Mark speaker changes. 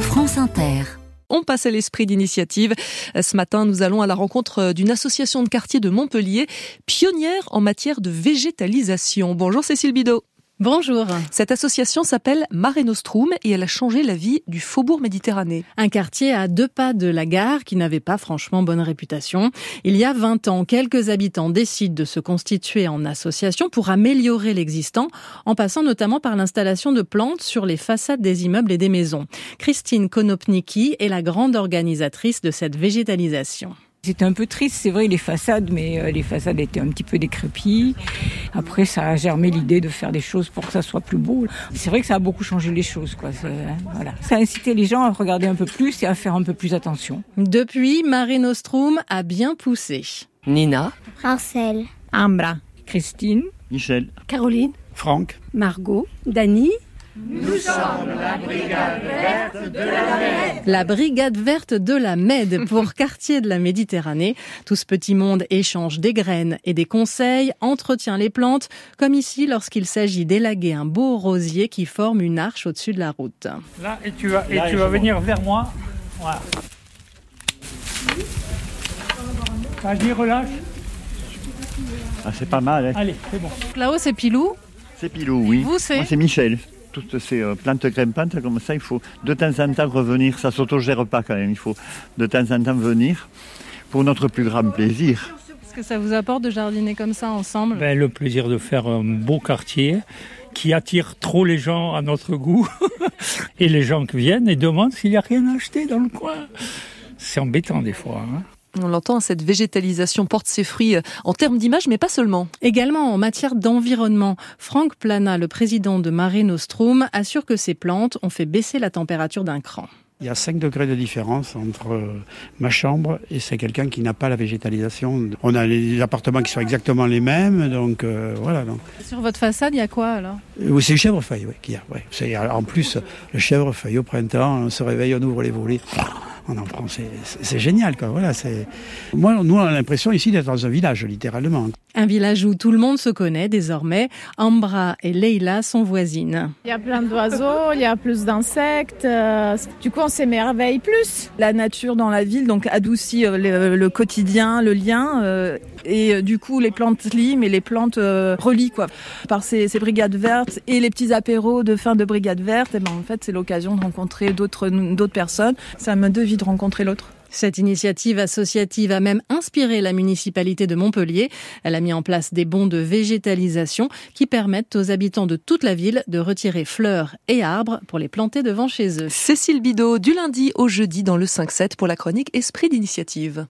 Speaker 1: France Inter.
Speaker 2: On passe à l'esprit d'initiative. Ce matin, nous allons à la rencontre d'une association de quartier de Montpellier, pionnière en matière de végétalisation. Bonjour Cécile Bidot.
Speaker 3: Bonjour.
Speaker 2: Cette association s'appelle Mare Nostrum et elle a changé la vie du faubourg méditerranéen.
Speaker 3: Un quartier à deux pas de la gare qui n'avait pas franchement bonne réputation. Il y a 20 ans, quelques habitants décident de se constituer en association pour améliorer l'existant, en passant notamment par l'installation de plantes sur les façades des immeubles et des maisons. Christine Konopnicki est la grande organisatrice de cette végétalisation.
Speaker 4: C'était un peu triste, c'est vrai, les façades, mais euh, les façades étaient un petit peu décrépies. Après, ça a germé l'idée de faire des choses pour que ça soit plus beau. C'est vrai que ça a beaucoup changé les choses, quoi. hein, Voilà. Ça a incité les gens à regarder un peu plus et à faire un peu plus attention.
Speaker 3: Depuis, Mare Nostrum a bien poussé.
Speaker 2: Nina,
Speaker 5: Marcel,
Speaker 6: Ambra,
Speaker 4: Christine,
Speaker 7: Michel,
Speaker 8: Caroline,
Speaker 7: Franck,
Speaker 8: Margot, Dany,
Speaker 3: La Brigade verte de la Med pour quartier de la Méditerranée. Tout ce petit monde échange des graines et des conseils, entretient les plantes, comme ici lorsqu'il s'agit d'élaguer un beau rosier qui forme une arche au-dessus de la route.
Speaker 9: Là, et tu vas, et tu vas venir vers moi. Voilà. Vas-y, relâche.
Speaker 7: Ah, c'est pas mal. hein.
Speaker 9: Allez, c'est bon.
Speaker 3: Là-haut, c'est Pilou.
Speaker 7: C'est Pilou, oui.
Speaker 3: Vous, c'est
Speaker 7: Moi, c'est Michel. Toutes ces euh, plantes grimpantes, comme ça, il faut de temps en temps revenir. Ça s'autogère pas quand même. Il faut de temps en temps venir pour notre plus grand plaisir.
Speaker 3: Qu'est-ce que ça vous apporte de jardiner comme ça ensemble
Speaker 10: Ben, le plaisir de faire un beau quartier qui attire trop les gens à notre goût. et les gens qui viennent et demandent s'il n'y a rien à acheter dans le coin. C'est embêtant des fois. hein.
Speaker 2: on l'entend, cette végétalisation porte ses fruits en termes d'image, mais pas seulement.
Speaker 3: Également en matière d'environnement, Franck Plana, le président de Mare Nostrum, assure que ces plantes ont fait baisser la température d'un cran.
Speaker 9: Il y a 5 degrés de différence entre euh, ma chambre et c'est quelqu'un qui n'a pas la végétalisation. On a les appartements qui sont exactement les mêmes, donc euh, voilà. Donc.
Speaker 3: Sur votre façade, il y a quoi alors
Speaker 9: Euh, Oui, c'est le chèvrefeuille oui, qu'il y a. ouais. C'est, euh, en plus, le chèvrefeuille au printemps, on se réveille, on ouvre les volets. On en prend, c'est, c'est- c'est génial quoi. Voilà, c'est... Moi, nous, on a l'impression ici d'être dans un village, littéralement.
Speaker 3: Un village où tout le monde se connaît désormais. Ambra et Leila sont voisines.
Speaker 11: Il y a plein d'oiseaux, il y a plus d'insectes. euh, du coup, on s'émerveille plus.
Speaker 12: La nature dans la ville donc adoucit euh, le, le quotidien, le lien euh, et euh, du coup les plantes liment et les plantes euh, relient quoi. Par ces, ces brigades vertes et les petits apéros de fin de brigade verte, eh ben, en fait c'est l'occasion de rencontrer d'autres d'autres personnes. Ça me de vie de rencontrer l'autre.
Speaker 3: Cette initiative associative a même inspiré la municipalité de Montpellier. Elle a mis en place des bons de végétalisation qui permettent aux habitants de toute la ville de retirer fleurs et arbres pour les planter devant chez eux.
Speaker 2: Cécile Bidot, du lundi au jeudi dans le 5-7 pour la chronique Esprit d'initiative.